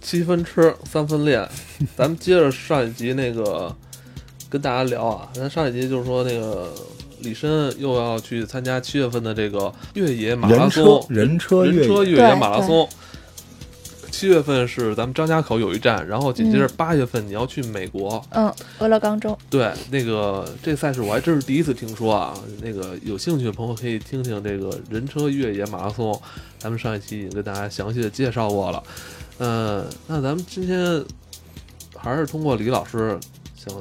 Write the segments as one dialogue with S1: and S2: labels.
S1: 七分吃，三分 练。咱们接着上一集那个跟大家聊啊，咱上一集就是说那个李申又要去参加七月份的这个越野马拉
S2: 人车
S1: 松，
S2: 人车
S1: 人
S2: 越
S1: 车
S2: 野，
S1: 越野
S3: 对
S1: 马拉松。七月份是咱们张家口有一站，然后紧接着八月份你要去美国。
S3: 嗯，俄勒冈州，
S1: 对，那个这赛事我还真是第一次听说啊。那个有兴趣的朋友可以听听这个人车越野马拉松，咱们上一期已经跟大家详细的介绍过了。嗯、那咱们今天还是通过李老师，想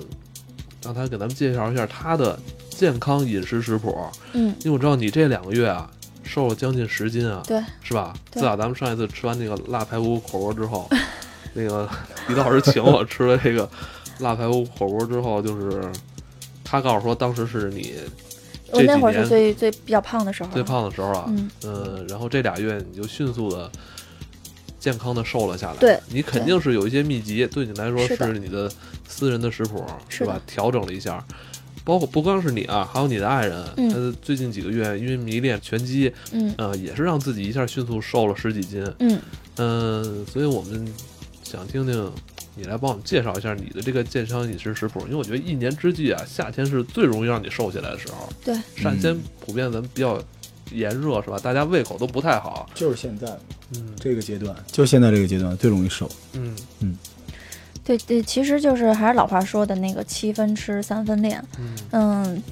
S1: 让他给咱们介绍一下他的健康饮食食谱。啊
S3: 嗯，
S1: 因为我知道你这两个月啊，瘦了将近十斤啊，
S3: 对，
S1: 是吧？自
S3: 对
S1: 打咱们上一次吃完那个辣排骨火锅之后， 那个李老师请我吃了这个辣排骨火锅之后，就是他告诉我说，当时是你
S3: 嗯我那会儿
S1: 这
S3: 是
S1: 几
S3: 最最比较胖的时候，
S1: 最，胖的时候啊，
S3: 嗯，
S1: 嗯，然后这俩月你就迅速的健康的瘦了下来。
S3: 对
S1: 你肯定是有一些秘籍，对你来说
S3: 是的
S1: 是你的私人的食谱，
S3: 是
S1: 吧
S3: 的？
S1: 调整了一下，包括不光是你啊，还有你的爱人，
S3: 嗯
S1: 他最近几个月因为迷恋拳击，
S3: 嗯
S1: 呃，也是让自己一下迅速瘦了十几斤。
S3: 嗯，
S1: 嗯、所以我们想听听。你来帮我们介绍一下你的这个健康饮食食谱，因为我觉得一年之计啊，夏天是最容易让你瘦下来的时候。
S3: 对，
S1: 夏天
S2: 嗯
S1: 普遍咱们比较炎热，是吧？大家胃口都不太好。
S2: 就是现在
S1: 嗯
S2: 这个阶段，就现在这个阶段最容易瘦。
S1: 嗯
S3: 对对，其实就是还是老话说的那个七分吃，三分练，
S1: 嗯
S3: 嗯。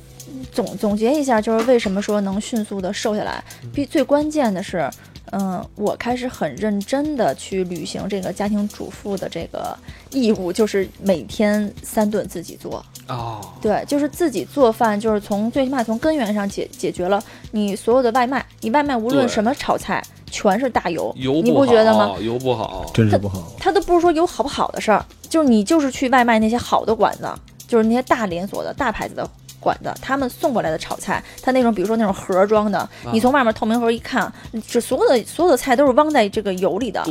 S3: 总总结一下，就是为什么说能迅速的瘦下来，
S1: 嗯
S3: 必最关键的是，嗯，我开始很认真的去履行这个家庭主妇的这个义务，就是每天三顿自己做，
S1: 哦，
S3: 对，就是自己做饭，就是从最起码从根源上解解决了你所有的外卖。你外卖无论
S1: 对
S3: 什么炒菜，全是大油，
S1: 油
S3: 你
S1: 不
S3: 觉得吗？
S1: 好？油不好，
S2: 真是不好。
S3: 它都不是说油好不好的事儿，就是你就是去外卖那些好的馆子，就是那些大连锁的大牌子的馆子，他们送过来的炒菜，它那种比如说那种盒儿装的，你从外面透明盒一看，这所有的所有的菜都是汪在这个油里的。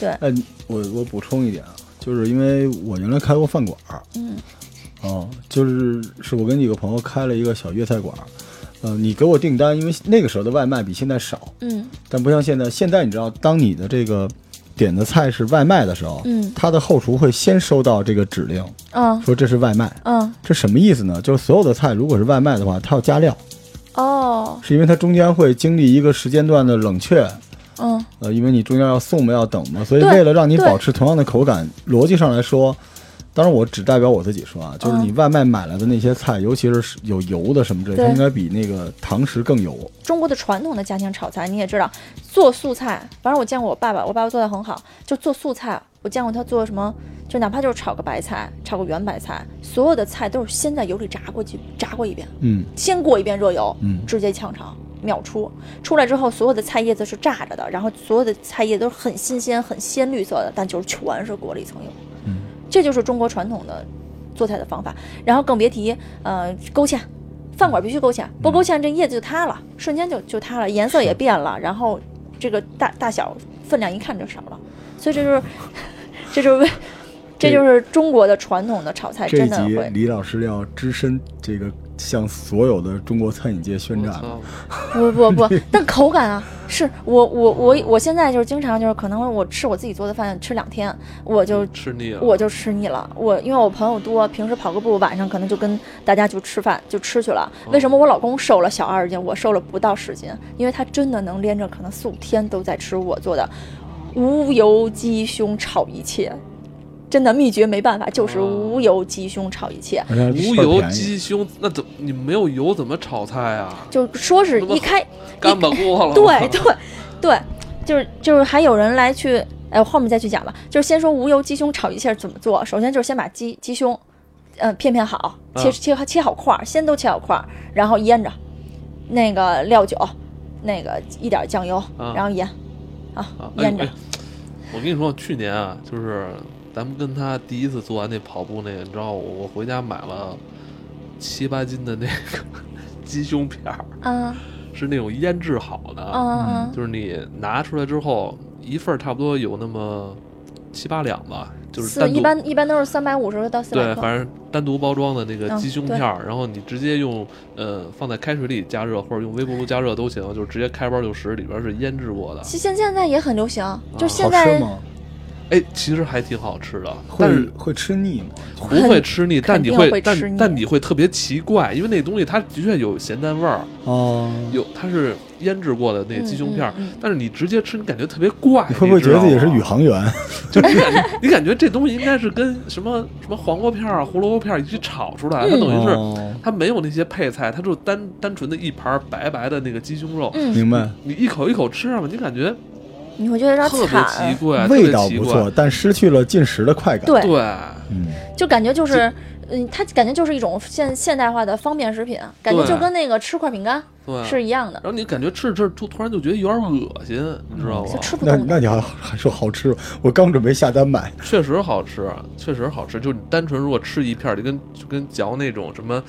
S1: 对，
S2: 哎，我我补充一点啊，就是因为我原来开过饭馆儿，
S3: 嗯
S2: 哦，就是是我跟几个朋友开了一个小粤菜馆儿。呃，你给我订单，因为那个时候的外卖比现在少，
S3: 嗯
S2: 但不像现在。现在你知道，当你的这个点的菜是外卖的时候，
S3: 嗯
S2: 他的后厨会先收到这个指令，
S3: 嗯
S2: 说这是外卖。
S3: 嗯
S2: 这什么意思呢？就是所有的菜如果是外卖的话，它要加料，
S3: 哦
S2: 是因为它中间会经历一个时间段的冷却，
S3: 嗯
S2: 呃，因为你中间要送嘛，要等嘛，所以
S3: 对
S2: 为了让你
S3: 对
S2: 保持同样的口感，逻辑上来说，当然我只代表我自己说啊，就是
S3: 嗯
S2: 你外卖买来的那些菜，尤其是有油的什么之类，它
S3: 对
S2: 应该比那个堂食更油。
S3: 中国的传统的家庭炒菜，你也知道，做素菜。反正我见过我爸爸，我爸爸做的很好，就做素菜。我见过他做什么，就哪怕就是炒个白菜，炒个圆白菜，所有的菜都是先在油里炸过去，炸过一遍，
S2: 嗯
S3: 先过一遍热油，
S2: 嗯
S3: 直接炝炒，秒出。出来之后，所有的菜叶子是炸着的，然后所有的菜叶都是很新鲜、很鲜绿色的，但就是全是裹了一层油。
S2: 嗯，
S3: 这就是中国传统的做菜的方法。然后更别提呃勾芡，饭馆必须
S2: 嗯
S3: 勾芡，不勾芡这叶子就塌了，瞬间就就塌了，颜色也变了，然后这个大大小分量一看就少了，所以这就是这就是为这就是中国的传统的炒菜，
S2: 这
S3: 哎真
S2: 一
S3: 的
S2: 集
S3: 会
S2: 李老师要只身这个向所有的中国餐饮界宣
S1: 我
S2: 战了。
S1: 操，
S3: 不不不，但口感啊，是我我我我现在就是经常就是可能我吃我自己做的饭吃两天，我就
S1: 吃腻了，
S3: 我就吃腻了。我因为我朋友多，平时跑个步，晚上可能就跟大家就吃饭就吃去了。
S1: 哦
S3: 为什么我老公瘦了小二十斤，我瘦了不到十斤？因为他真的能连着可能四五天都在吃我做的无油鸡胸炒一切，真的秘诀没办法，就是
S1: 哦
S3: 无油鸡胸炒一切。
S2: 而且还
S1: 无
S2: 倍儿
S1: 油
S2: 便宜
S1: 鸡胸，那怎你没有油怎么炒菜啊？
S3: 就说是
S1: 那么
S3: 一开
S1: 干巴锅了，
S3: 对对对，就是就是还有人来去，哎，我后面再去讲吧。就是先说无油鸡胸炒一切怎么做，首先就是先把鸡鸡胸，呃，片片好，切
S1: 嗯
S3: 切切好块儿，先都切好块儿，然后腌着，那个料酒，那个一点酱油，
S1: 嗯
S3: 然后盐，啊
S1: 啊，哎
S3: 腌
S1: 呦
S3: 着
S1: 哎，我跟你说，去年啊，就是咱们跟他第一次做完那跑步那个，你知道我我回家买了七八斤的那个鸡胸片儿，
S3: 嗯
S1: 是那种腌制好的，
S3: 嗯嗯，
S1: 就是你拿出来之后，一份儿差不多有那么七八两吧，就是
S3: 四
S1: 单独
S3: 一般一般都是三百五十到四
S1: 对，
S3: 百克，
S1: 反正单独包装的那个
S3: 嗯
S1: 鸡胸片儿，然后你直接用呃放在开水里加热，或者用微波炉加热都行，就是直接开包就食，里边是腌制过的。
S3: 其实现现在也很流行，就
S1: 啊
S3: 现
S2: 好
S3: 在
S2: 吃吗？
S1: 哎，其实还挺好吃的，但
S2: 会
S1: 是
S2: 会吃腻吗？
S1: 不会吃腻，但
S3: 肯
S1: 你
S3: 定
S1: 会
S3: 会吃
S1: 但
S3: 腻
S1: 但你会特别奇怪，因为那东西它的确有咸淡味儿，
S2: 哦，
S1: 有它是腌制过的那鸡胸片儿，
S3: 嗯嗯嗯
S1: 但是你直接吃，你感觉特别怪，
S2: 你会不会觉得自己是宇
S1: 宇？
S2: 航员？
S1: 就是你感觉你感觉这东西应该是跟什么什么黄瓜片儿啊、胡萝卜片儿一起炒出
S3: 嗯
S1: 来，它等于是
S2: 哦
S1: 它没有那些配菜，它就单单纯的一盘儿白白的那个鸡胸肉，
S3: 嗯，
S2: 明白，
S1: 你一口一口吃上吧，你感觉
S3: 你会觉得有
S1: 特
S3: 点
S1: 别奇
S3: 惨，
S1: 怪，啊特
S2: 味
S1: 别
S2: 道
S1: 奇
S2: 不
S1: 怪，
S2: 错，但失去了进食的快感。，
S3: 对，
S1: 对。
S2: 嗯，
S3: 就感觉就是，嗯，它感觉就是一种现现代化的方便食品，啊感觉
S1: 对嗯哦
S3: 就跟那个吃块饼干
S1: 对，
S3: 是一样的，
S1: 然后你感觉吃着吃着突突然就觉得有点恶心，你知道吗
S3: 就？吃不
S2: 那
S3: 动
S2: 那
S3: 的。
S2: 你还还说好吃？我刚准备下单买，
S1: 确实好吃，啊确实好吃。就是你单纯如果吃一片儿，就跟就跟嚼那种什么，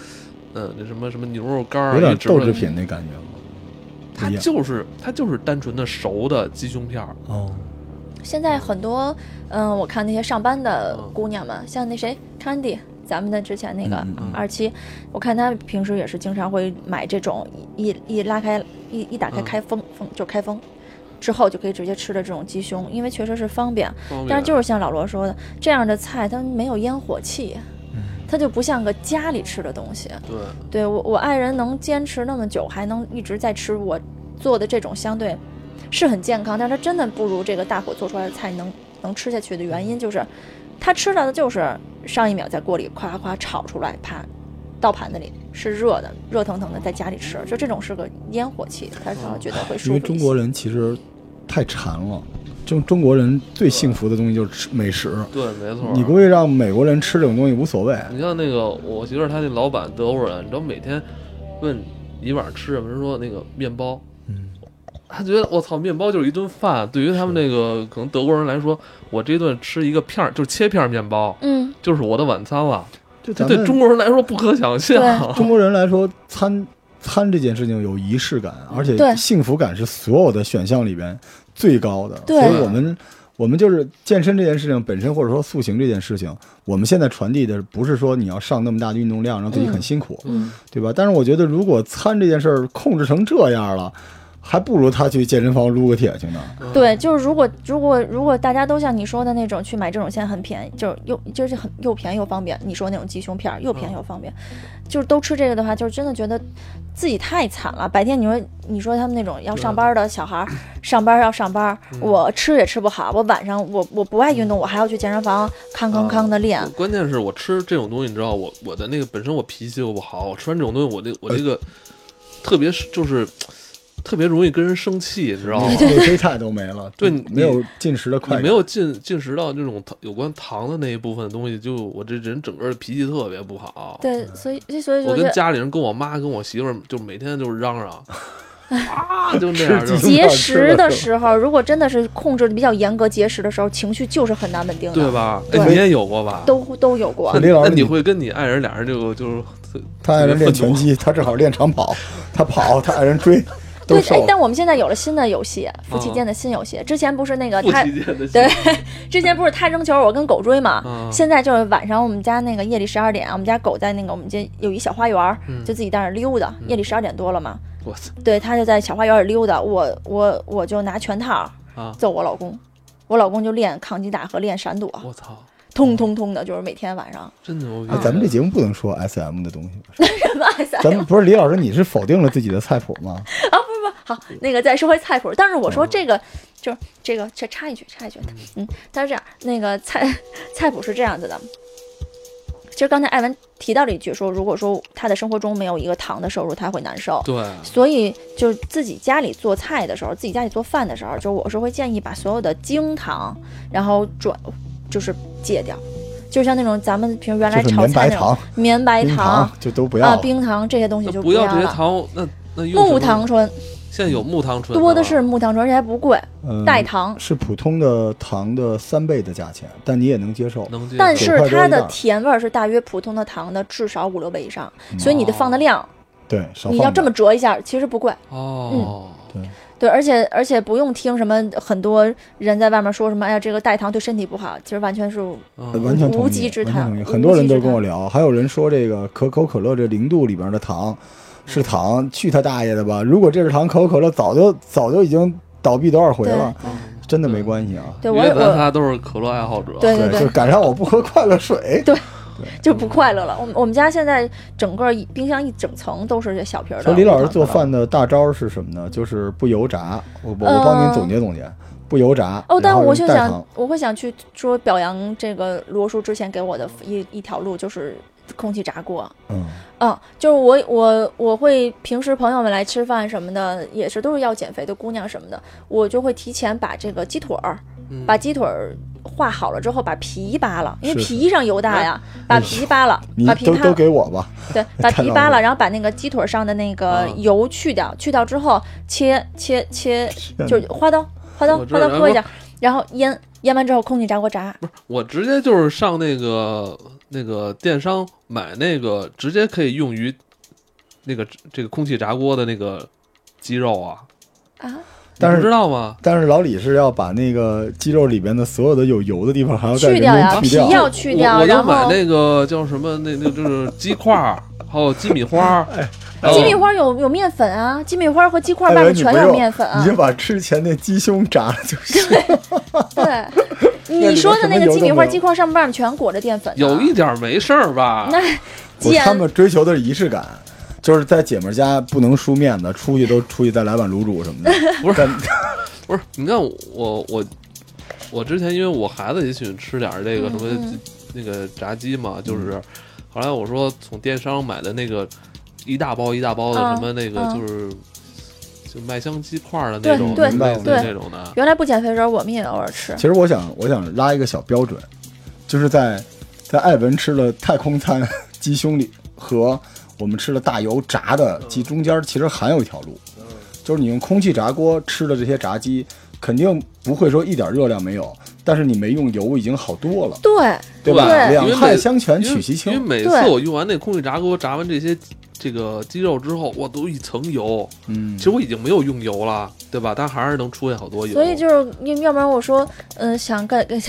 S1: 嗯、那什么什么牛肉干儿，
S2: 有点
S1: 一直
S2: 豆
S1: 会
S2: 制品那感觉吗。
S1: 它
S2: 一样
S1: 就是它就是单纯的熟的鸡胸片儿，
S2: 哦，
S3: 现在很多，嗯，我看那些上班的
S1: 嗯
S3: 姑娘们，像那谁 Candy，咱们的之前那个
S2: 嗯嗯
S3: 二七，我看她平时也是经常会买这种一一一拉开一一打开
S1: 嗯
S3: 开封封就开封。之后就可以直接吃的这种鸡胸，因为确实是方便，
S1: 方便
S3: 但是就是像老罗说的，这样的菜它没有烟火气，
S2: 嗯
S3: 它就不像个家里吃的东西。
S1: 对，
S3: 对我，我爱人能坚持那么久，还能一直在吃我做的这种相对是很健康，但是它真的不如这个大火做出来的菜能能吃下去的原因就是，他吃到的就是上一秒在锅里夸夸夸炒出来，啪，到盘子里是热的，热腾腾的，在家里吃，就这种是个烟火气，他让我觉得会
S2: 嗯因
S3: 舒服
S2: 为
S3: 一些。
S2: 中国人其实太馋了，就中国人最幸福的东西就是吃美食。
S1: 对，没错。
S2: 你估计让美国人吃这种东西无所谓，
S1: 你像那个我媳妇儿她那老板德国人，你知道每天问你晚上吃什么，人说那个面包，
S2: 嗯，
S1: 他觉得我操，面包就是一顿饭。对于他们那个可能德国人来说，我这顿吃一个片儿，就是切片儿面包，
S3: 嗯，
S1: 就是我的晚餐了。
S2: 就
S1: 这
S2: 咱
S1: 对
S2: 们
S1: 中国人来说不可想象。
S2: 中国人来说，餐餐这件事情有仪式感，
S1: 嗯
S2: 而且
S3: 对
S2: 幸福感是所有的选项里边最高的。
S3: 对
S2: 所以我们我们就是健身这件事情本身，或者说塑形这件事情，我们现在传递的不是说你要上那么大的运动量，让自己很辛苦，
S3: 嗯
S2: 对吧？但是我觉得，如果餐这件事儿控制成这样了，还不如他去健身房撸个铁去呢。
S1: 嗯
S3: 对，就是如果如果如果大家都像你说的那种去买这种现在很便宜，就是又就是很又便宜又方便。你说那种鸡胸片儿又
S1: 嗯
S3: 便宜又方便，就是都吃这个的话，就是真的觉得自己太惨了。白天你说你说他们那种要上班的小孩儿，上班要上班儿，
S1: 嗯
S3: 我吃也吃不好，我晚上我我不爱运动，我还要去健身房康
S1: 啊
S3: 康康的练
S1: 我。关键是我吃这种东西，你知道，我我的那个本身我脾气又不好，我吃完这种东西，我这我这
S2: 呃
S1: 个特别是就是特别容易跟人生气，你知道吗
S2: 内？啡肽都没了，
S1: 对你
S2: 没有进食的快
S1: 你
S2: 感，
S1: 没有进进食到这种糖有关糖的那一部分东西，就我这人整个脾气特别不好。
S3: 对，所以所以
S1: 我
S3: 说
S1: 跟
S3: 就
S1: 家里人、跟我妈、跟我媳妇儿，就每天就是嚷嚷， 啊，就那样
S2: 吃
S1: 就
S2: 鸡
S3: 节食的时候，如果真的是控制的比较严格节食的时候，情绪就是很难稳定的，
S1: 对吧？
S3: 对
S1: 哎，你也有过吧？
S3: 都都有过
S1: 那。
S2: 李老师
S1: 那你
S2: 你
S1: 会跟你爱人俩人就就是
S2: 他爱人练拳击，他正好练长跑，他跑，他爱人追，都
S3: 对，
S2: 瘦
S3: 哎
S2: 了。嗯
S3: 但我们现在有了新的游戏，夫妻间的新游戏。之前不是那个
S1: 不
S3: 呃他，
S1: 提见的
S3: 对，之前不是他扔球，我跟狗追嘛。
S2: 嗯
S1: 啊
S3: 现在就是晚上我们家那个夜里十二点，我们家狗在那个我们家有一小花园儿，
S2: 嗯
S3: 就自己在那儿溜达。夜里十二点多了嘛，
S1: 我操
S3: 对，它就在小花园里溜达。我我我就拿拳套
S1: 啊！
S3: 揍我老公，我老公就练抗击打和练闪躲，
S2: 哦
S1: 我操，
S3: 通通通的，就是每天晚上。
S1: 真牛逼
S2: 哎！咱们
S3: 嗯
S2: 这节目不能说 S M 的东西吧，
S3: 什么 S
S2: 咱们不是李老师，你是否定了自己的菜谱 吗？
S3: 好，那个再说回菜谱，但是我
S2: 嗯
S3: 说这个、就是这个，这插一句，插一句，嗯，它是这样，那个菜菜谱是这样子的。其实刚才艾文提到了一句说，如果说他的生活中没有一个糖的摄入，他会难受。
S1: 对，
S3: 所以就是自己家里做菜的时候，自己家里做饭的时候，就我是会建议把所有的精糖，然后转就是戒掉，就像那种咱们平时原来
S2: 就是
S3: 炒
S2: 绵
S3: 菜
S2: 白
S3: 那种
S2: 糖、
S3: 绵白
S2: 冰糖
S3: 糖
S2: 就都不
S3: 啊、
S2: 要了。
S3: 冰糖这些东西
S1: 那
S3: 就
S1: 不要这些
S3: 了。
S1: 糖，那那用什
S3: 木
S1: 么
S3: 糖醇
S1: 现在有木糖醇
S3: 多的
S1: 吗
S3: 是木糖醇，而且还不贵。
S2: 嗯
S3: 代糖，
S2: 是普通的糖的三倍的价钱，但你也能接受。
S1: 能接受，
S3: 但
S2: 九
S3: 是
S2: 块多
S3: 它
S2: 一
S3: 的
S2: 袋儿
S3: 甜味儿是大约普通的糖的至少五六倍以上，所以你的放的量，
S2: 对，少
S3: 你
S2: 放
S3: 要这
S2: 点
S3: 么折一下，其实不贵。
S1: 哦，
S3: 嗯
S2: 对，
S3: 对，而且而且不用听什么很多人在外面说什么，哎呀，这个代糖对身体不好，其实完全是
S2: 呃
S1: 嗯
S2: 完全同意，
S3: 无稽之
S2: 完全
S3: 谈
S2: 同意
S3: 无
S2: 很多人
S3: 稽之
S2: 都跟
S3: 谈
S2: 我聊，还有人说这个可口可乐这零度里边的
S3: 嗯
S2: 糖是糖，去他大爷的吧！如果这是糖，可口可乐早就早就已经倒闭多少回了。
S1: 嗯
S2: 真的没关系啊。
S3: 对
S1: 因
S3: 我
S1: 为
S3: 也
S1: 咱
S3: 我
S1: 仨都是可乐爱好者，
S3: 对对
S2: 就是赶上我不喝快乐水，
S3: 就不快乐了。我们我们家现在整个一冰箱一整层都是这小瓶儿
S2: 所
S3: 的。
S2: 以李老师做饭的大招是什么呢？就是不油炸。我我我帮您总结总结，不油炸。
S3: 呃哦，但
S2: 然后
S3: 我就
S2: 代
S3: 想
S2: 糖，
S3: 我会想去说表扬这个罗叔之前给我的一一条路，就是空气炸锅。
S2: 嗯，
S3: 嗯，就是我我我会平时朋友们来吃饭什么的，也是都是要减肥的姑娘什么的，我就会提前把这个鸡腿儿，
S1: 嗯
S3: 把鸡腿儿化好了之后，把皮扒了，因为
S2: 是哎
S3: 皮上油大呀，把皮扒了，
S2: 你
S3: 把皮
S2: 都
S3: 扒
S2: 都
S3: 了，
S2: 给我吧。
S3: 对，把
S2: 看
S3: 皮
S2: 到
S3: 扒
S2: 了
S3: 了，然后把那个鸡腿上的那个
S1: 啊
S3: 油去掉，去掉之后切切切，
S2: 嗯
S3: 就是花刀花刀
S1: 我知
S3: 花刀
S1: 道
S3: 剁一
S1: 然
S3: 下，然后腌腌完之后空气炸锅炸，
S1: 我直接就是上那个那个电商买那个直接可以用于那个这个空气炸锅的那个鸡肉啊，
S3: 啊，
S2: 但
S1: 你不知
S2: 是
S1: 道吗？
S2: 但是老李是要把那个鸡肉里边的所有的有油的地方还要再
S3: 去
S2: 人
S3: 掉呀，
S2: 工去
S3: 皮
S2: 掉。
S3: 要去掉，
S1: 我我就
S3: 然
S1: 买
S3: 后
S1: 那个叫什么那那就是鸡块儿，还有鸡米花 儿，还有
S3: 鸡米花有有面粉啊，鸡米花和鸡块
S2: 哦哎
S3: 外
S2: 呦
S3: 面
S2: 你
S3: 全
S2: 不
S3: 有
S2: 用
S3: 面粉啊
S2: 你。就把之前那鸡胸炸了就行。
S3: 对，
S2: 那
S3: 你
S2: 里
S3: 说
S2: 头
S3: 的
S2: 什么
S3: 那个
S2: 油
S3: 鸡
S2: 都
S3: 米
S2: 没
S3: 花、
S2: 有
S3: 鸡块上面全裹着淀粉啊呢。
S1: 有一点没事儿吧？
S3: 那
S2: 不是
S3: 既
S2: 他
S3: 然
S2: 们追求的是仪式感，就是在姐们儿家不能输面子，出去都出去再来碗卤煮什么的。
S1: 不是
S2: 但
S1: 不是，你看我我我之前因为我孩子也喜欢吃点儿这个
S3: 嗯
S1: 什么
S3: 嗯
S1: 那个炸鸡嘛，就是后来我说从电商买的那个一大包一大包的
S3: 啊
S1: 什么那个
S3: 啊
S1: 就是就麦香鸡块儿的
S3: 对
S1: 那种
S3: 对
S1: 类似于
S2: 对
S1: 那种的，
S3: 原来不减肥的时候，我们也偶尔吃
S2: 其。实我想，我想拉一个小标准，就是在在艾文吃了太空餐 鸡胸里和我们吃了大油炸的鸡中间，其实还有一条路，就是你用空气炸锅吃的这些炸鸡，肯定不会说一点热量没有，但是你没用油已经好多了，
S3: 对，
S2: 对吧？
S3: 对
S2: 两
S1: 因为
S2: 害
S1: 每
S2: 相权
S1: 因为
S2: 取其
S1: 因为
S2: 轻，
S1: 每
S3: 对
S1: 次我用完那空气炸锅炸完这些这个鸡肉之后，哇，都一层油。
S2: 嗯
S1: 其，实我已经没有用油了，对吧？但还是能出现好多油。
S3: 所以就是要要不然我说，嗯、想干干。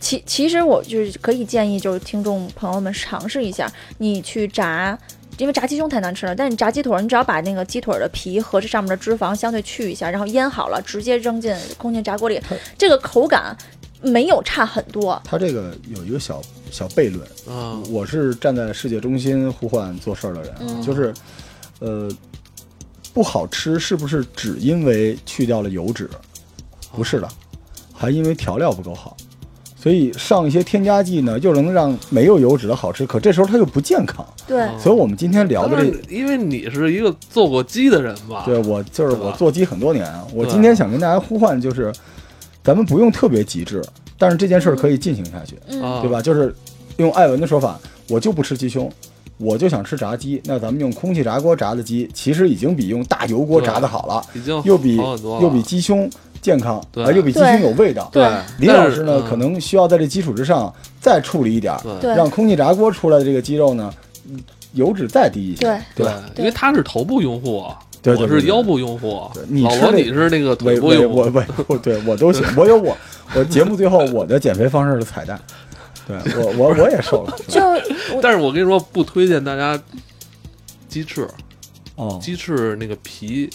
S3: 其其实我就是可以建议，就是听众朋友们尝试一下，你去炸，因为炸鸡胸太难吃了。但你炸鸡腿儿，你只要把那个鸡腿儿的皮和这上面的脂肪相对去一下，然后腌好了，直接扔进空气炸锅里，这个口感没有差很多。
S2: 他这个有一个小小悖论，
S1: 嗯，
S2: 我是站在世界中心呼唤做事儿的人，啊
S3: 嗯
S2: 就是，呃，不好吃是不是只因为去掉了油脂？不是的，还因为调料不够好，所以上一些添加剂呢，又能让没有油脂的好吃，可这时候它又不健康。
S3: 对，
S1: 嗯
S2: 所以我们今天聊的
S1: 当然
S2: 这，，
S1: 因为你是一个做过鸡的人吧？
S2: 对我就是
S1: 对
S2: 我
S1: 吧
S2: 做鸡很多年啊，我
S1: 对
S2: 今天想跟大家呼唤就是，咱们不用特别极致，但是这件事儿可以进行下去。
S3: 嗯，
S1: 啊，
S2: 对吧？就是用艾文的说法，我就不吃鸡胸，我就想吃炸鸡。那咱们用空气炸锅炸的鸡，其实已经比用大油锅炸的好了，
S1: 已经
S2: 又比
S1: 好很多了
S2: 又比鸡胸健康，
S1: 对
S2: 而又比鸡胸有味道。
S1: 对
S3: 对
S2: 李老师
S1: 但
S2: 呢，
S1: 是嗯
S2: 可能需要在这基础之上再处理一点儿，
S1: 对
S3: 对
S2: 让空气炸锅出来的这个鸡肉呢，嗯油脂再低一些，对吧？
S1: 因为他是头部用户啊，
S2: 对对
S1: 我
S2: 对
S1: 是
S2: 对
S1: 腰部用户啊
S2: 对，你
S1: 老
S2: 是
S1: 罗
S2: 那
S1: 你是那个
S2: 我
S1: 腿部
S2: 我
S1: 用户
S2: 我，我我对我都行，我有我我节目最后我的减肥方式的彩蛋，对我我我也瘦了，
S3: 就我
S1: 但是我跟你说，不推荐大家鸡翅，
S2: 哦，
S1: 鸡翅那个皮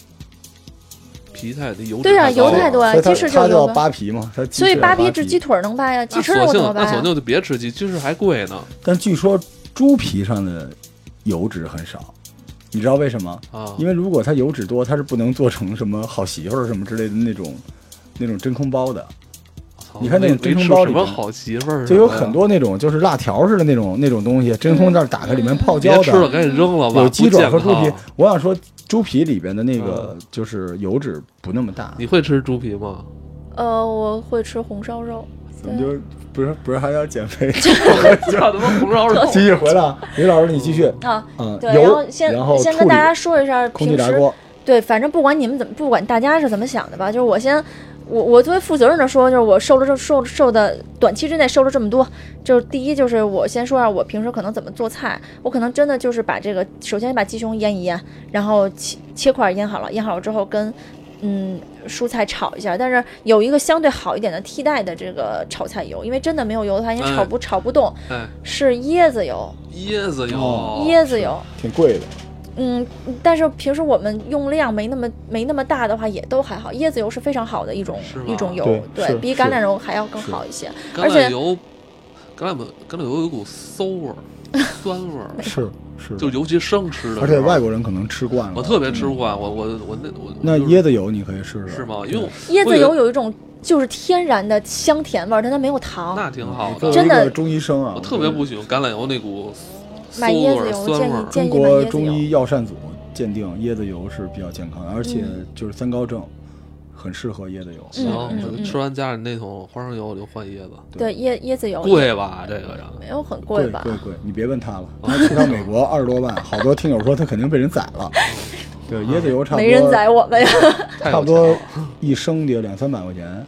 S1: 皮太那油脂
S3: 对呀
S1: 太高
S3: 油
S1: 了
S3: 太多啊
S2: 所以他
S3: 鸡翅就
S2: 他
S3: 是
S2: 叫
S3: 吧
S2: 扒皮嘛，他鸡
S3: 所以
S2: 翅
S3: 扒
S2: 叫
S3: 皮这鸡腿儿能扒呀，鸡
S1: 那
S3: 翅
S1: 索
S3: 我怎
S1: 性
S3: 么啊
S1: 那
S3: 扒
S1: 索
S3: 呀？
S1: 性就别吃鸡，鸡翅还贵呢
S2: 但据说猪皮上的油脂很少，你知道为什么？
S1: 啊！
S2: 因为如果它油脂多，它是不能做成什么好媳妇儿什么之类的那种那种真空包的，
S1: 操
S2: 你看那
S1: 没
S2: 种真
S1: 没
S2: 空
S1: 吃
S2: 包
S1: 什
S2: 里
S1: 么
S2: 面
S1: 好媳妇儿什么的，
S2: 就有很多那种就是辣条似的那种那种东西，真空袋打开里
S3: 嗯
S2: 面泡
S1: 别
S2: 椒
S1: 吃了，
S2: 的，
S1: 赶紧扔了吧，啊
S2: 有鸡
S1: 不
S2: 爪和
S1: 健
S2: 猪皮
S1: 康。
S2: 我想说，猪皮里边的那个就是油脂不那么大。
S1: 你会吃猪皮 吗？
S3: 呃，我会吃红烧肉，
S2: 怎么就不是不是还要减 肥？
S1: 操他妈红烧肉！
S2: 继续回来啊，李老师，你继续。
S3: 啊。
S2: 嗯，
S3: 对，然
S2: 油
S3: 后，先
S2: 然后
S3: 先
S2: 处
S3: 跟
S2: 理
S3: 大家说一下，
S2: 空气
S3: 平
S2: 炸
S3: 时
S2: 锅，
S3: 对，反正不管你们怎么，不管大家是怎么想的吧，就是我先，我我作为负责任的说，就是我瘦了这瘦瘦的短期之内瘦了这么多，就是第一就是我先说一下我平时可能怎么做菜，我可能真的就是把这个，首先把鸡胸腌一腌，然后切切块儿腌好了，腌好了之后跟。嗯，蔬菜炒一下，但是有一个相对好一点的替代的这个炒菜油，因为真的没有油的话，因为炒
S1: 哎
S3: 不炒不动，
S1: 哎，
S3: 是椰子油，
S1: 椰子油，
S2: 哦
S3: 椰子油，
S2: 挺贵的。
S3: 嗯，但是平时我们用量没那么没那么大的话，也都还好。椰子油是非常好的一种
S1: 是吧
S3: 一种油
S2: 对，
S3: 对
S2: 是
S3: 比
S2: 是
S3: 橄榄油还要更
S2: 是
S3: 好一些。
S1: 橄
S3: 而且
S1: 榄油，橄榄橄榄油有股馊 味儿、酸味儿，
S2: 是是的，
S1: 就尤其生吃的时候。
S2: 而且外国人可能吃惯了，
S1: 我特别吃不惯，我我我那我
S2: 那
S1: 就是
S2: 椰子嗯油你可以试试，
S1: 是吗？因为我
S3: 椰
S1: 我
S3: 子
S1: 以
S3: 油
S1: 为
S3: 有一种就是天然的香甜味儿，但它没有糖。
S1: 那挺好
S2: 作
S1: 的
S2: 为，
S3: 真
S2: 一
S3: 的
S2: 个中医生啊，
S1: 我
S2: 我
S1: 特别不喜欢橄榄油那股馊
S3: 买
S1: 味
S3: 椰
S1: 儿、
S3: 子油
S1: 酸味
S3: 建议
S1: 儿。
S3: 建
S2: 中
S3: 议买椰
S2: 国
S3: 子
S2: 中
S3: 油。
S2: 医药膳组鉴定椰子油是比较健康的，而且就是三高症很适合椰子油。
S3: 嗯
S1: 行，
S3: 嗯
S1: 我
S3: 嗯
S1: 吃完家里那桶花生油我就换椰子，
S3: 对椰椰子油
S1: 贵吧？这个呀，
S3: 没有很
S2: 贵
S3: 贵吧？
S2: 贵贵，你别问他了，
S1: 哦
S2: 他去趟美国二十多万， 好多听友说他肯定被人宰 了。对，椰子油差不多
S3: 没人宰我们呀。
S1: 太
S2: 差
S1: 有
S2: 不
S1: 钱了
S2: 多一升得有两三百块钱，
S1: 哎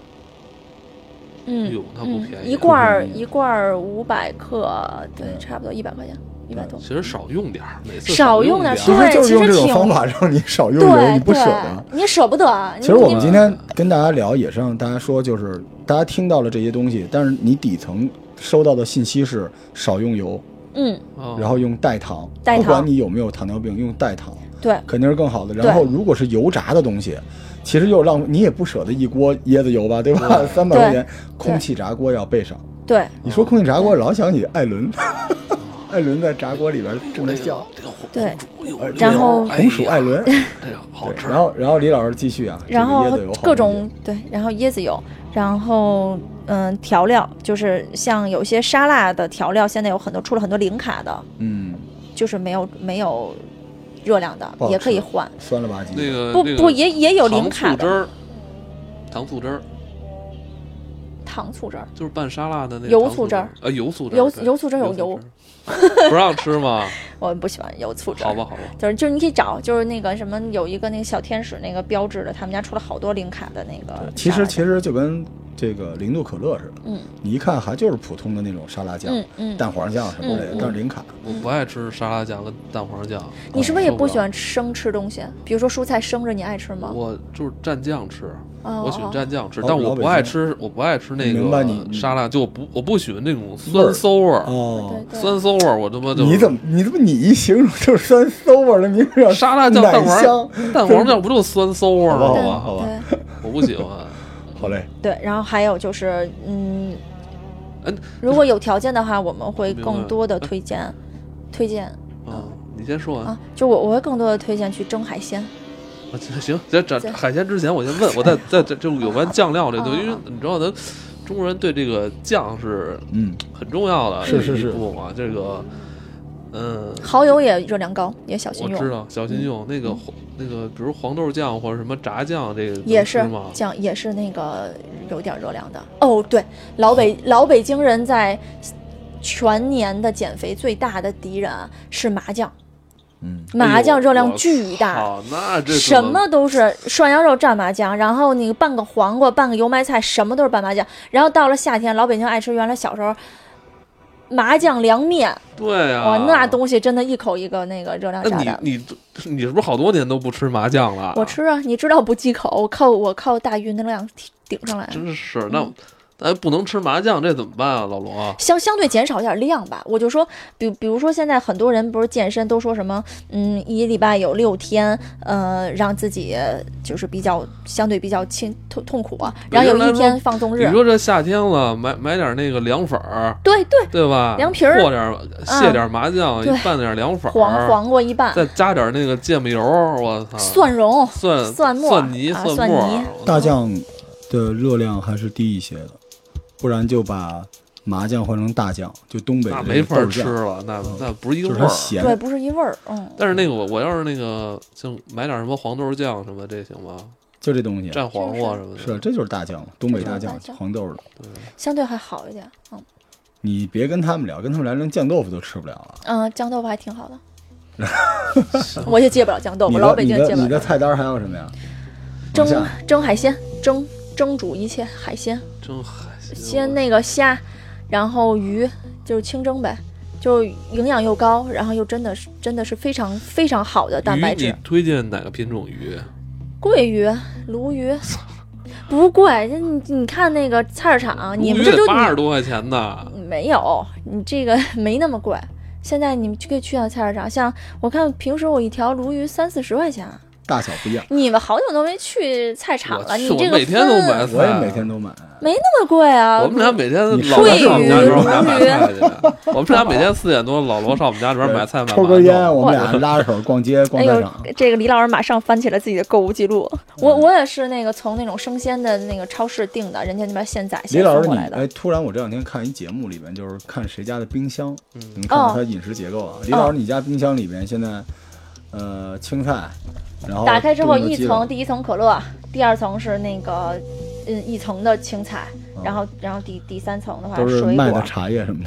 S3: 嗯
S1: 呦，那不
S3: 嗯，
S1: 便宜
S3: 一
S1: 啊。
S3: 罐 儿
S2: 便宜
S3: 一罐儿五百克，对，
S2: 嗯
S3: 差不多一百块钱，一百多
S1: 其。实少用点儿，每次
S3: 少用
S1: 点儿
S3: 点儿
S2: 其
S3: 对
S2: 实就是用这
S3: 其实
S2: 种
S3: 挺
S2: 方法让你少用油，你
S3: 对
S2: 不舍
S3: 对
S2: 得。，
S3: 你舍不得啊。
S2: 其实我们
S3: 你
S2: 今天跟大家聊，也是让大家说，就是大家听到了这些东西，但是你底层收到的信息是少用油，
S3: 嗯，
S1: 哦
S2: 然后用代糖，
S3: 代糖
S2: 不管你有没有糖尿病，用代糖
S3: 对
S2: 肯定是更好的。
S3: 对
S2: 然后如果是油炸的东西，其实又浪，你也不舍得一锅椰子油吧，对吧？三百块钱，空气炸锅要备上。
S3: 对，
S2: 你说空气炸锅，老想起艾伦， 艾伦在炸锅里边正在笑。
S1: 哦这个红
S3: 对
S1: 红薯有
S3: 然后
S1: 哎呀
S2: 红薯艾伦，
S1: 哎这个好
S2: 对，
S1: 吃。
S2: 然后然后李老师继续啊，
S3: 然
S2: 这
S3: 后
S2: 个椰子油好
S3: 各
S2: 理
S3: 种
S2: 解
S3: 对，然后椰子油，然后嗯调料，就是像有些沙拉的调料，现在有很多出了很多零卡的，
S2: 嗯，
S3: 就是没有没有热量的
S2: 不，好
S3: 也可以
S2: 吃
S3: 换。
S2: 酸了吧唧。
S1: 那个
S3: 不
S1: 呃那个
S3: 不也也有零
S1: 糖
S3: 卡
S1: 醋汁
S3: 的
S1: 儿，糖醋汁儿
S3: 糖醋汁儿，
S1: 就是拌沙拉的那个
S3: 油
S1: 糖
S3: 醋
S1: 汁
S3: 汁
S1: 儿
S3: 儿，
S1: 呃，油醋汁儿，
S3: 油
S1: 对
S3: 油醋汁儿有油
S1: 醋汁儿不让吃吗？
S3: 我不喜欢有醋汁儿。
S1: 好吧，好吧，
S3: 就是就是你可以找，就是那个什么有一个那个小天使那个标志的，他们家出了好多零啊卡的那个。
S2: 其实其，实就跟这个零度可乐似的，
S3: 嗯
S2: 你一看还就是普通的那种沙拉酱、
S3: 嗯嗯，
S2: 蛋黄酱什么的，
S3: 嗯嗯
S2: 但是零卡。
S1: 我不爱吃沙拉酱跟蛋黄酱。
S3: 你是不是也
S1: 受不
S3: 不
S1: 了
S3: 喜欢生吃东西？比如说蔬菜生着，你爱吃吗？
S1: 我就是蘸酱吃，
S3: 哦
S1: 我喜欢
S3: 哦
S1: 蘸酱吃，
S2: 老
S1: 但我
S2: 老
S1: 不
S2: 北
S1: 爱
S2: 京
S1: 吃，我不爱吃那
S2: 明白你
S1: 个沙拉，就我不我不喜欢那种
S2: 味
S1: 酸
S2: 儿
S1: 馊味儿，
S2: 哦，
S3: 对
S1: 酸馊味儿我他妈就
S2: 你怎
S1: 么
S2: 么你怎么你一形容就是酸馊味儿的，明明要
S1: 沙拉酱
S2: 奶
S1: 蛋黄
S2: 香。
S1: 蛋黄酱不就酸馊味儿
S2: 好吧
S1: 吗？
S2: 好吧
S3: 对
S1: 我不喜欢。
S2: 好嘞，
S3: 对，然后还有就是，嗯，
S1: 嗯，
S3: 如果有条件的话，我们会
S1: 我明白
S3: 更多的推荐，推荐
S1: 嗯，你先说完。
S3: 啊，就我我会更多的推荐去蒸海鲜。
S1: 啊，行行，在展
S3: 对
S1: 海鲜之前，我先问，我再再这就有关酱料这东西，
S3: 啊啊
S1: 因为你知道咱中国人对这个酱是
S2: 嗯，
S1: 很重要的
S2: 是是
S1: 一
S2: 是
S1: 步嘛，这个，嗯，
S3: 蚝油也热量高，也小心
S1: 我
S3: 用，嗯
S1: 知道，小心用那个黄那个，比如黄豆酱或者什么炸酱，这个能
S3: 也
S1: 吃
S3: 是
S1: 吗？
S3: 酱，也是那个有点热量的。哦，对，老北老北京人在全年的减肥最大的敌人啊是麻酱，
S2: 嗯，
S3: 麻酱热量
S1: 哎我
S3: 巨大。
S1: 好，那这
S3: 什
S1: 怎
S3: 么都是涮羊肉蘸麻酱，然后你拌个黄瓜，拌个油麦菜，什么都是拌麻酱。然后到了夏天，老北京爱吃原来小时候麻酱凉面，
S1: 对啊，
S3: 哇，哦那东西真的一口一个那个热量炸
S1: 那
S3: 弹。
S1: 你你你是不是好多年都不吃麻酱了？
S3: 我，吃啊，你知道不忌口，我靠我靠大运动量顶顶上来。
S1: 真是
S3: 嗯
S1: 那咱不能吃麻酱，这怎么办啊，老罗？
S3: 相相对减少一点量吧，我就说，比比如说现在很多人不是健身都说什么，嗯，一礼拜有六天，呃，让自己就是比较相对比较轻痛痛苦啊，然后
S1: 有人
S3: 有
S1: 来
S3: 一天
S1: 说
S3: 放纵
S1: 你
S3: 日，
S1: 说这夏天了，买买点那个凉粉儿，
S3: 对对，
S1: 对吧？
S3: 凉皮儿嗯
S1: 和点儿卸点儿麻酱，
S3: 对
S1: 拌点儿凉粉儿，
S3: 黄黄瓜一拌，
S1: 再加点儿那个芥末油儿，我操，
S3: 蒜蓉、
S1: 蒜
S3: 蒜末
S1: 蒜泥、
S3: 啊
S1: 末
S3: 蒜
S1: 儿
S3: 泥，
S1: 我操
S2: 大酱的热量还是低一些的，不然就把麻酱换成大酱，就东北
S1: 那
S2: 的
S1: 没法
S2: 豆
S1: 吃
S2: 酱，
S1: 了，那
S2: 嗯
S1: 那不是一个
S2: 就是
S1: 味
S2: 它
S1: 儿。啊
S2: 咸。
S3: 对，不是一味儿，嗯，
S1: 但是那个我我要是那个，就买点儿什么黄豆酱什么这行吗？
S2: 就这东西，
S1: 蘸黄瓜什么的。
S2: 是啊这就是大酱，东北大酱
S3: 这就是大，酱
S2: 黄豆的。
S3: 相对还好一点，嗯
S2: 你别跟他们聊，跟他们聊连酱豆腐都吃不了了。
S3: 嗯，酱豆腐还挺好的，我也戒不了酱豆
S2: 你
S3: 腐，
S2: 的
S3: 老北京也戒
S2: 你的
S3: 不
S2: 你的
S3: 了，
S2: 菜单还有什么呀？
S3: 蒸
S2: 往下
S3: 蒸海鲜，蒸蒸煮一切海鲜，
S1: 真海鲜。
S3: 先那个虾，然后鱼，就是清蒸呗。就营养又高，然后又真的是真的是非常非常好的蛋白
S1: 鱼，你
S3: 质，
S1: 推荐哪个品种鱼？
S3: 桂鱼、鲈鱼，不贵。你你看那个菜市场，你
S1: 鲈
S3: 们
S1: 鱼
S3: 这
S1: 得
S3: 就
S1: 八十多块钱呢。
S3: 没有，你这个没那么贵。现在你们可以去趟菜市场，像我看平时我一条鲈鱼三四十块钱，
S2: 大小不一样。
S3: 你们好久都没去菜场
S1: 我
S3: 了，你
S1: 去我
S3: 这个
S1: 每天都买菜，
S2: 我也每天都买，
S3: 没那么贵啊。
S1: 我们俩每天
S2: 你
S1: 老罗上我们家里边买
S3: 鲈
S1: 买
S3: 鱼
S1: 菜去，我们俩每天四点多老罗上我们家里边买菜买
S2: 抽根烟，我
S3: 哇
S2: 们俩拉着手逛街、
S3: 哎
S2: 逛菜
S3: 呦
S2: 场。，嗯
S3: 这个李老师马上翻起了自己的购物记录。我我也是那个从那种生鲜的那个超市订的，人家那边现宰
S2: 李
S3: 现
S2: 老
S3: 送
S2: 师，
S3: 过
S2: 你
S3: 来的
S2: 哎，。突然我这两天看一节目，里面就是看谁家的冰箱，
S1: 嗯
S2: 能看到
S3: 哦
S2: 它饮食结构啊。李老师，你家冰箱里面现在，呃，青菜，然后
S3: 打开之后，
S2: 炖的
S3: 一
S2: 鸡
S3: 层
S2: 蛋
S3: 第一层可乐，第二层是那个嗯一层的青菜，
S2: 嗯
S3: 然后然后第第三层的话
S2: 都是
S3: 水
S2: 卖的
S3: 果，
S2: 茶叶什么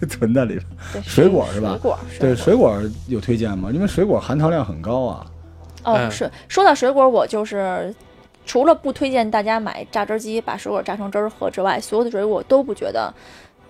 S2: 的，存在里边。
S3: 对
S2: 水果是吧
S3: 水果
S2: 对，
S3: 水
S2: 水果有推荐吗？因为水果含糖量很高啊。
S3: 果
S1: 哎
S3: 哦是说到水果，我就是。除了不推荐大家买榨汁机把水果榨成汁儿喝之外，所有的水果都不觉得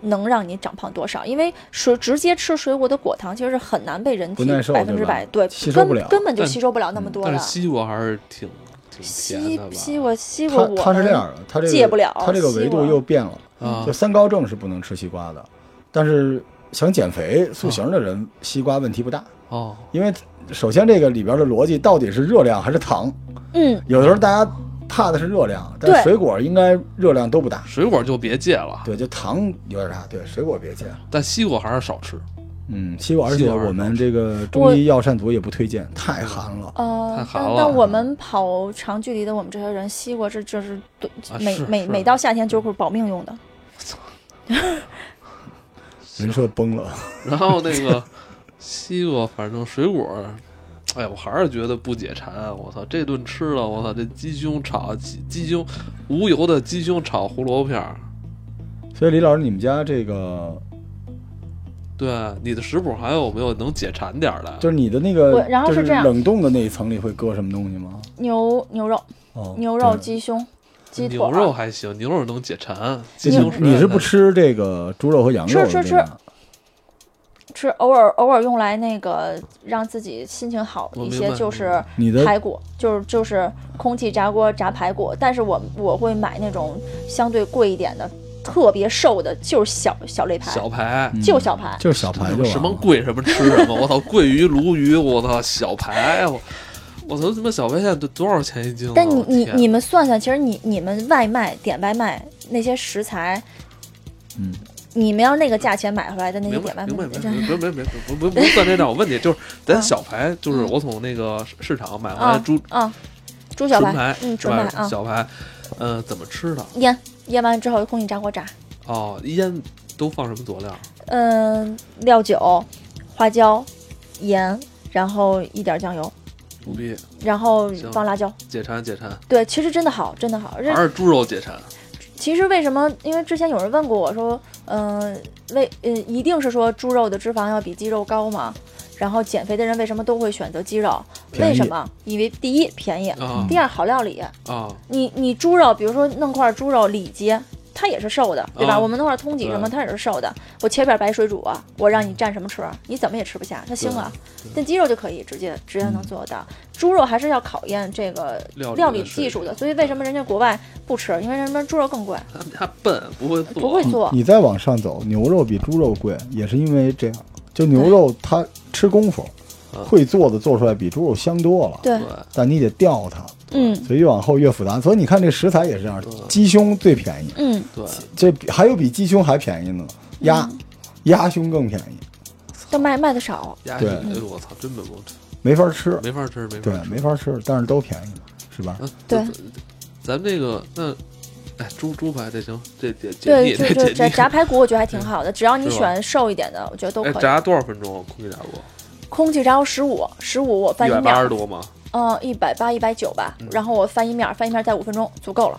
S3: 能让你长胖多少，因为水直接吃水果的果糖其实是很难被人体
S2: 不耐受
S3: 百分之
S2: 对吧
S3: 百对
S2: 吸收不了
S3: 根根本就
S1: 但嗯
S3: 吸收不了那么多
S1: 但
S3: 了
S1: 是。西瓜还是挺挺甜
S3: 西
S1: 的吧？
S3: 西瓜西瓜
S2: 它
S3: 我
S2: 它是这
S3: 们
S2: 样的，它这个
S3: 戒不了
S2: 它这个维
S3: 西瓜
S2: 度又变了。
S1: 啊
S2: 就，三高症是不能吃西瓜的，但是想减肥塑形的人，西瓜问题不大，
S1: 哦，
S2: 因为首先这个里边的逻辑到底是热量还是糖，
S3: 嗯
S2: 有的时候大家怕的是热量，但
S3: 对
S2: 水果应该热量都不大。
S1: 水果就别戒了，
S2: 对，就糖有点大，对，水果别戒了。
S1: 但西瓜还是少吃，
S2: 嗯，西瓜，而
S1: 西
S2: 且
S1: 瓜
S2: 我们这个中
S3: 我
S2: 医药膳组也不推荐，太寒了。
S1: 太
S3: 呃，
S1: 寒
S3: 但
S1: 了
S3: 但我们跑长距离的，我们这些人西瓜这这是对
S1: 啊
S3: 每
S1: 是
S3: 每
S1: 是
S3: 每到夏天就是保命用的。
S2: 人设崩了，
S1: 然后那个西瓜，反正水果，哎呀，我还是觉得不解馋啊！我操，这顿吃了，我操，这鸡胸炒鸡鸡胸无油的鸡胸炒胡萝卜片儿，
S2: 所以李老师，你们家这个
S1: 对，你的食谱还有没有能解馋点儿的？
S2: 就是你的那
S3: 我
S2: 个，
S3: 然后
S2: 就是
S3: 这样
S2: 冷冻的那一层里会搁什么东西吗？
S3: 牛牛肉、
S2: 哦，
S3: 牛肉、
S2: 对
S3: 鸡胸、鸡腿
S1: 牛
S3: 儿，
S1: 肉还行，牛肉能解馋，鸡
S2: 你
S1: 胸
S2: 你是不
S1: 实
S2: 吃这个猪肉和羊肉的？
S3: 吃吃
S2: 对吧
S3: 吃偶尔偶尔用来那个让自己心情好
S1: 我
S3: 一
S1: 明
S3: 些，
S1: 白
S3: 就
S1: 明
S3: 是
S1: 白
S2: 你的
S3: 排骨，就是就是空气炸锅炸排骨。但在我我会买那种相对贵一点的，特别瘦的，就是小小肋排，
S1: 小排。
S3: 就小排。
S2: 就是小排
S1: 什
S2: 嗯就
S1: 么
S2: 完
S1: 什么
S2: 了
S1: 贵什么吃什么，我操， 桂鱼、鲈鱼，我操，小排，我我操，他妈小排现在多多少钱一斤啊？
S3: 但你你
S1: 天
S3: 你们算算，其实你你们外卖点外卖那些食材，
S2: 嗯，
S3: 你们要那个价钱买回来的那些
S1: 明
S3: 点
S1: 白
S3: 外
S1: 明白
S3: 卖，
S1: 明
S3: 真
S1: 白， 不不不不不不算这账。我问你，就是咱小排，就是
S3: 嗯
S1: 我从那个市市场买回来
S3: 啊
S1: 猪
S3: 啊，猪小
S1: 纯
S3: 排
S1: 排，，
S3: 嗯，
S1: 是
S3: 纯排
S1: 吧？
S3: 啊，
S1: 小排，嗯，怎么吃的？
S3: 腌腌完之后空气炸锅炸，
S1: 哦，腌都放什么佐料？
S3: 嗯，料酒、花椒、盐，然后一点酱油，
S1: 不必
S3: 然后
S1: 行
S3: 放辣椒。
S1: 解馋解馋，
S3: 对，其实真的好，真的好。这
S1: 还是猪肉解馋？
S3: 其实为什么？因为之前有人问过我说，嗯、为呃，一定是说猪肉的脂肪要比鸡肉高吗？然后减肥的人为什么都会选择鸡肉？
S2: 便宜哦
S3: 为什么？因为第一便宜，
S1: 啊
S3: 第二好料理。
S1: 啊，
S3: 你你猪肉，比如说弄块猪肉里脊，它也是瘦的，对吧？
S1: 啊
S3: 我们弄块通脊什么，
S1: 对
S3: 它也是瘦的。我切片白水煮啊，我让你蘸什么吃，啊你怎么也吃不下，它腥啊。但鸡肉就可以直接直接能做得到，猪肉还是要考验这个
S1: 嗯料理的
S3: 料理
S1: 水
S3: 技术的。
S1: 平啊
S3: 所以为什么人家国外不吃？因为人家猪肉更贵，
S1: 他们家笨，不会做，
S3: 不会做。
S2: 你再往上走，牛肉比猪肉贵，也是因为这样，就牛肉它吃功夫
S1: 嗯，
S2: 会做的做出来比猪肉香多了。
S3: 对
S1: 对，
S2: 但你得吊它，
S3: 嗯
S2: 所以越往后越复杂。所以你看这食材也是这样
S1: 对，
S2: 鸡胸最便宜，
S3: 嗯，
S1: 对，
S2: 这比还有比鸡胸还便宜呢，鸭，鸭胸更便宜，
S3: 但卖卖的少。
S1: 鸭血，
S2: 对
S1: 哎呦我操，真没
S2: 没法吃，
S1: 没法吃，没
S2: 对
S1: 法，吃
S2: 没。法吃，但是都便宜嘛，是吧？
S1: 啊
S3: 对，
S1: 咱咱们这个那，哎，猪猪排这行，这解解腻，
S3: 对，
S1: 这
S3: 就就
S1: 解
S3: 炸
S1: 腻。
S3: 炸排骨，我觉得还挺好的。只要你
S1: 是吧
S3: 选瘦一点的，我觉得都
S1: 哎，
S3: 可以。
S1: 炸多少分钟？空气炸锅
S3: 空气炸锅十五，十五我翻
S1: 一
S3: 一
S1: 百
S3: 面
S1: 八
S3: 儿
S1: 十，度吗？
S3: 嗯，一百八、一百九吧
S1: 嗯。
S3: 然后我翻一面儿，翻一面儿再五分钟，足够了。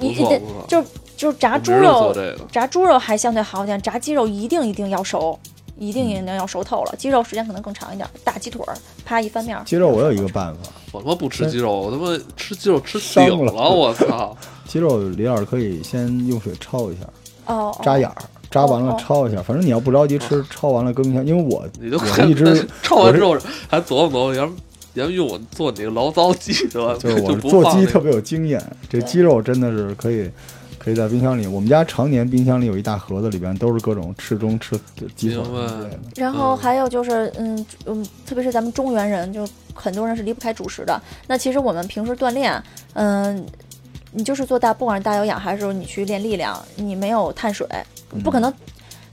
S3: 你
S1: 不错
S3: 得
S1: 不错
S3: 就就
S1: 我
S3: 炸
S1: 明
S3: 猪
S1: 儿就做
S3: 肉，
S1: 这个，
S3: 炸猪肉还相对好一点，炸鸡肉一定一定要熟，一
S1: 嗯
S3: 定一定要熟透了。鸡肉时间可能更长一点，大鸡腿儿啪一翻面儿。
S2: 鸡肉我有一个办法，
S1: 我他妈不吃鸡肉，我他妈吃 鸡肉吃
S2: 伤
S1: 顶
S2: 了
S1: 了，我操！
S2: 鸡肉李老师可以先用水焯一下，
S3: 哦，哦
S2: 扎眼儿，扎完了
S3: 哦
S2: 焯一下，反正你要不着急吃，焯完了更一下。因为我
S1: 你就
S2: 我是一直
S1: 唱完之后还琢磨琢磨，要不要不用我做你那个醪糟鸡是吧？
S2: 就是我
S1: 不
S2: 做
S1: 放
S2: 鸡
S1: 那
S2: 特
S1: 个
S2: 别有经验，这
S3: 对
S2: 鸡肉真的是可以可以在冰箱里。我们家常年冰箱里有一大盒子，里边都是各种翅中、翅鸡腿
S1: 明
S2: 之类
S1: 白
S2: 的。
S3: 然后
S1: 嗯
S3: 还有就是，嗯嗯，特别是咱们中原人，就很多人是离不开主食的。那其实我们平时锻炼，嗯，你就是做大，不管是大有氧还是你去练力量，你没有碳水，
S2: 嗯
S3: 不可能。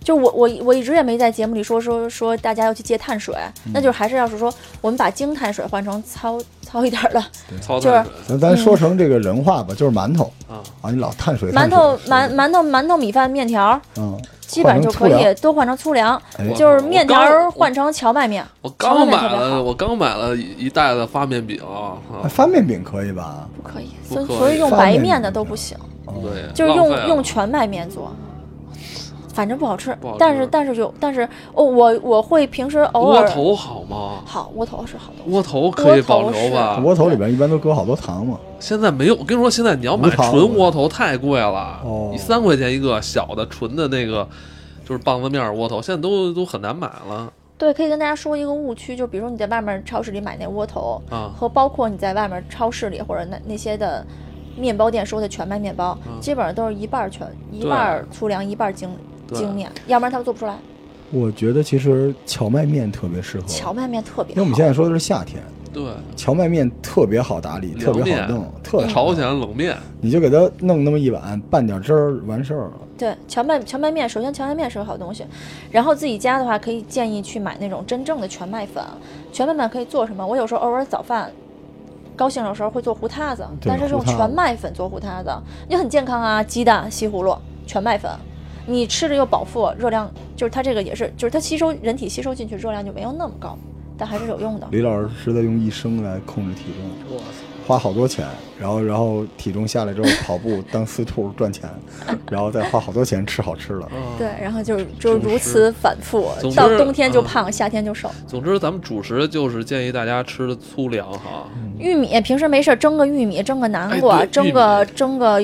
S3: 就我我我一直也没在节目里说说说大家要去戒碳水，
S2: 嗯
S3: 那就是还是要是说我们把精碳水换成糙糙一点儿的
S1: 操
S3: 就是
S1: 蛋水
S2: 咱咱说成这个人话吧，就是馒头
S1: 啊，
S2: 啊，你老碳水，
S3: 馒头
S2: 碳
S3: 馒
S2: 水
S3: 馒头馒头米饭面条儿，
S2: 嗯，
S3: 基本上就可
S2: 换成
S3: 以都换成粗粮，
S2: 粗粮哎，
S3: 就是面条
S1: 我
S3: 儿
S1: 刚
S3: 换成荞麦面。
S1: 我刚买
S3: 荞麦面特别
S1: 了，
S3: 好
S1: 我刚买了一一袋子发面饼啊，
S2: 哎翻面饼可以吧？哦
S3: 不可以，
S1: 不
S3: 所以
S1: 可以
S3: 所以用
S2: 发
S3: 白
S2: 面
S3: 面的
S2: 饼
S3: 都
S2: 的
S3: 不行，
S1: 对，
S3: 就是
S1: 浪费
S3: 用
S1: 了
S3: 用全麦面做，反正不好吃。
S1: 不好吃
S3: 但是但是有，但是哦，我我会平时偶
S1: 窝
S3: 尔
S1: 头好吗？
S3: 好窝头是好东西，
S1: 窝头可以保留
S3: 啊
S1: 吧？
S2: 窝头里边一般都搁好多糖嘛，
S1: 现在没有，我跟你说，现在你要买
S2: 无糖
S1: 纯窝头太贵了
S2: 哦，
S1: 你三块钱一个小的纯的那个，就是棒子面儿窝头，现在都都很难买了
S3: 对，可以跟大家说一个误区，就比如你在外面超市里买那窝头，
S1: 啊。
S3: 和包括你在外面超市里或者那那些的面包店说的全麦面包，
S1: 嗯
S3: 基本上都是一半儿全一
S1: 对
S3: 半儿粗粮，一半儿精
S1: 对
S3: 精面，要不然它做不出来。
S2: 我觉得其实荞麦面特别适合，
S3: 荞麦面特别
S2: 因为我们
S3: 好
S2: 现在说的是夏天，
S1: 对，
S2: 荞麦面特别好打理，特
S1: 凉
S2: 别
S1: 面
S2: 好弄，特别好
S1: 朝
S2: 弄
S1: 鲜冷面，
S2: 你就给它弄那么一碗，拌点汁儿完事儿了。
S3: 对，荞麦荞麦面，首先荞麦面是个好东西，然后自己家的话，可以建议去买那种真正的全麦粉。全麦粉可以做什么？我有时候偶尔早饭，高兴的时候会做糊塌子，
S2: 对
S3: 但是用
S2: 糊塌子
S3: 全麦粉做糊塌子也很健康啊，鸡蛋、西葫芦、全麦粉，你吃着又饱腹，热量就是它这个也是，就是它吸收人体吸收进去热量就没有那么高，但还是有用的。
S2: 李老师是在用一生来控制体重，
S1: 我
S2: 花好多钱，然后然后体重下来之后跑步当私处赚 钱，然后再花好多钱吃好吃的。
S1: 操！
S3: 对，，然后就是就是
S1: 主
S3: 如
S1: 食
S3: 此反复
S1: 总，
S3: 到
S1: 之
S3: 冬天就
S1: 嗯
S3: 胖，夏天就瘦。
S1: 总之咱们主食就是建议大家吃的粗粮哈，
S3: 玉米哎平时没事儿蒸个玉米，蒸个南瓜，
S1: 哎对
S3: 蒸个蒸个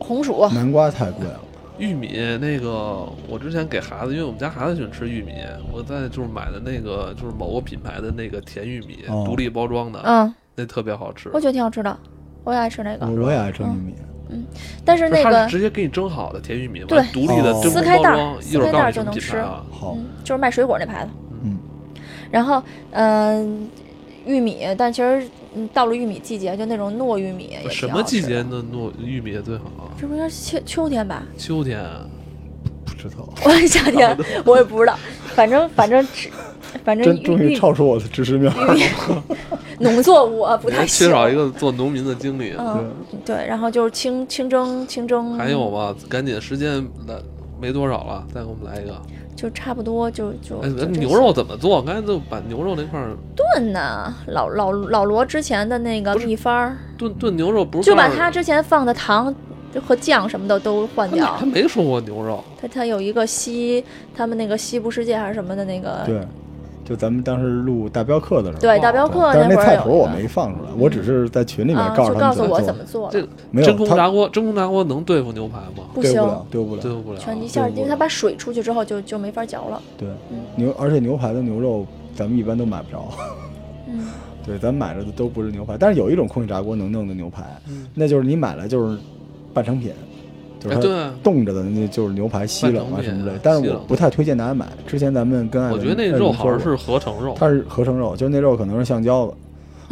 S3: 红薯，
S2: 南瓜太 贵了，
S1: 玉米那个，我之前给孩子，因为我们家孩子喜欢吃玉米，我在就是买的那个就是某个品牌的那个甜玉米，
S2: 哦
S1: 独立包装的，
S3: 嗯，
S1: 那特别好吃。
S3: 我觉得挺好吃的，我也爱吃那个。
S2: 我也爱吃玉米。
S3: 但是
S1: 嗯不是它
S3: 那个
S1: 是直接给你蒸好的甜玉米，
S3: 对
S1: 完独立的
S2: 哦
S1: 真空
S3: 撕开
S1: 包
S3: 袋儿
S1: 装，
S3: 撕
S1: 一会儿
S3: 开
S1: 告
S3: 袋
S1: 诉
S3: 儿
S1: 你什么品牌
S3: 就能
S1: 啊？
S2: 好，
S3: 嗯，就是卖水果那牌子，
S2: 嗯，
S3: 然后嗯、玉米，但其实嗯到了玉米季节，就那种糯玉米也挺好吃
S1: 什
S3: 的
S1: 么季节？的糯玉米最好啊？
S3: 这不应该是秋秋 天吧？
S1: 秋天啊，
S2: 不知道。
S3: 我也夏天我也不知道，反正反正吃，反
S1: 嗯
S3: 正
S2: 真
S3: 玉
S2: 终于
S3: 玉
S2: 超出我的知识面。
S3: 玉米农作物啊不
S1: 你还
S3: 太
S1: 缺
S3: 行。
S1: 少一个做农民的经历。
S3: 嗯，对，然后就是清清蒸清蒸，
S1: 还有吗？赶紧，时间来没多少了，再给我们来一个。
S3: 就差不多就就
S1: 哎，
S3: 就这
S1: 咱
S3: 些
S1: 牛肉怎么做？刚才就把牛肉那块儿
S3: 炖呢，老老老罗之前的那个
S1: 不是
S3: 秘方儿，
S1: 炖炖牛肉，不是
S3: 就把
S1: 放
S3: 他之前放的糖和酱什么的都换
S1: 他哪
S3: 掉
S1: 他。没说过牛肉。
S3: 他他有一个西，他们那个西部世界还是什么的那个，
S2: 对，就咱们当时录大镖客的时候，
S3: 对
S1: 哦
S3: 大镖客
S2: 但是
S3: 会
S2: 那
S3: 儿
S2: 菜
S3: 有
S2: 谱我
S3: 一
S2: 没放出来，我只是在群里
S3: 个
S2: 面
S3: 啊，
S2: 告诉
S3: 就告
S2: 他
S3: 诉
S2: 们
S3: 我
S2: 怎
S3: 怎
S2: 么
S3: 么做
S1: 这
S3: 的，
S2: 没有
S1: 真空
S2: 他
S1: 炸锅，真空炸锅能对付牛排吗？
S3: 不
S2: 做，对
S3: 行
S2: 不，了，对不了
S1: 对。付不了。
S3: 全一下，
S2: 对
S3: 因为它把水出去之后就就没法嚼了。
S2: 对
S3: 嗯，
S2: 牛，而且牛排的牛肉咱们一般都买不着。
S3: 嗯，
S2: 对，咱买着的都不是牛排，但是有一种空气炸锅能弄的牛排，
S1: 嗯
S2: 那就是你买来就是半成品，就是
S1: 哎，
S2: 它
S1: 对啊，
S2: 冻着的，那就是牛排稀冷啊
S1: 半成品
S2: 什么之类的。但
S1: 稀
S2: 是我
S1: 冷
S2: 不太推荐大家买。之前咱们跟艾
S1: 我
S2: 文，
S1: 觉得那
S2: 艾文
S1: 肉
S2: 说
S1: 好像
S2: 过
S1: 是合成肉，
S2: 它是合成肉，就是那肉可能是橡胶的，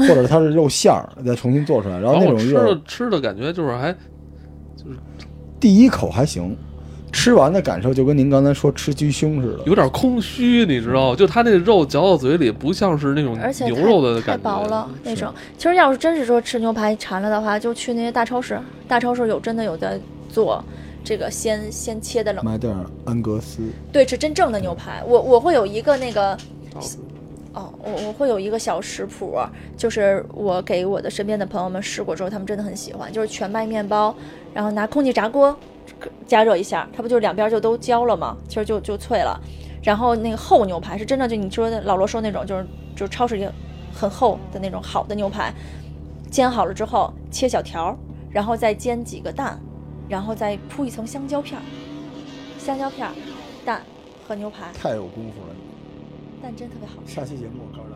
S2: 或者它是肉馅儿再重新做出来，然后
S1: 然
S2: 那
S1: 后
S2: 种
S1: 哦吃
S2: 肉
S1: 的吃的感觉就是还
S2: 第一口还行，吃完的感受就跟您刚才说吃鸡胸似的。
S1: 有点空虚，你知道吗？就它那肉嚼到嘴里，不像是那
S2: 嗯
S1: 种
S3: 而且
S1: 牛
S3: 太
S1: 肉的
S3: 太
S1: 感觉，
S3: 薄了那
S2: 是
S3: 种。其实要是真是说吃牛排馋了的话，就去那些大超市，大超市有真的有在做这个先先切的冷
S2: 买点安格斯，
S3: 对，是真正的牛排。我我会有一个那个，
S1: 好
S3: 哦，我我会有一个小食谱，就是我给我的身边的朋友们试过之后，他们真的很喜欢，就是全麦面包，然后拿空气炸锅加热一下，它不就两边就都焦了吗？其实就就脆了。然后那个厚牛排是真的，就你说的老罗说那种，就是就是超市里很厚的那种好的牛排，煎好了之后切小条儿，然后再煎几个蛋，然后再铺一层香蕉片儿，香蕉片儿、蛋和牛排，
S2: 太有功夫了。
S3: 蛋真特别好吃。
S2: 下期节目我告诉你。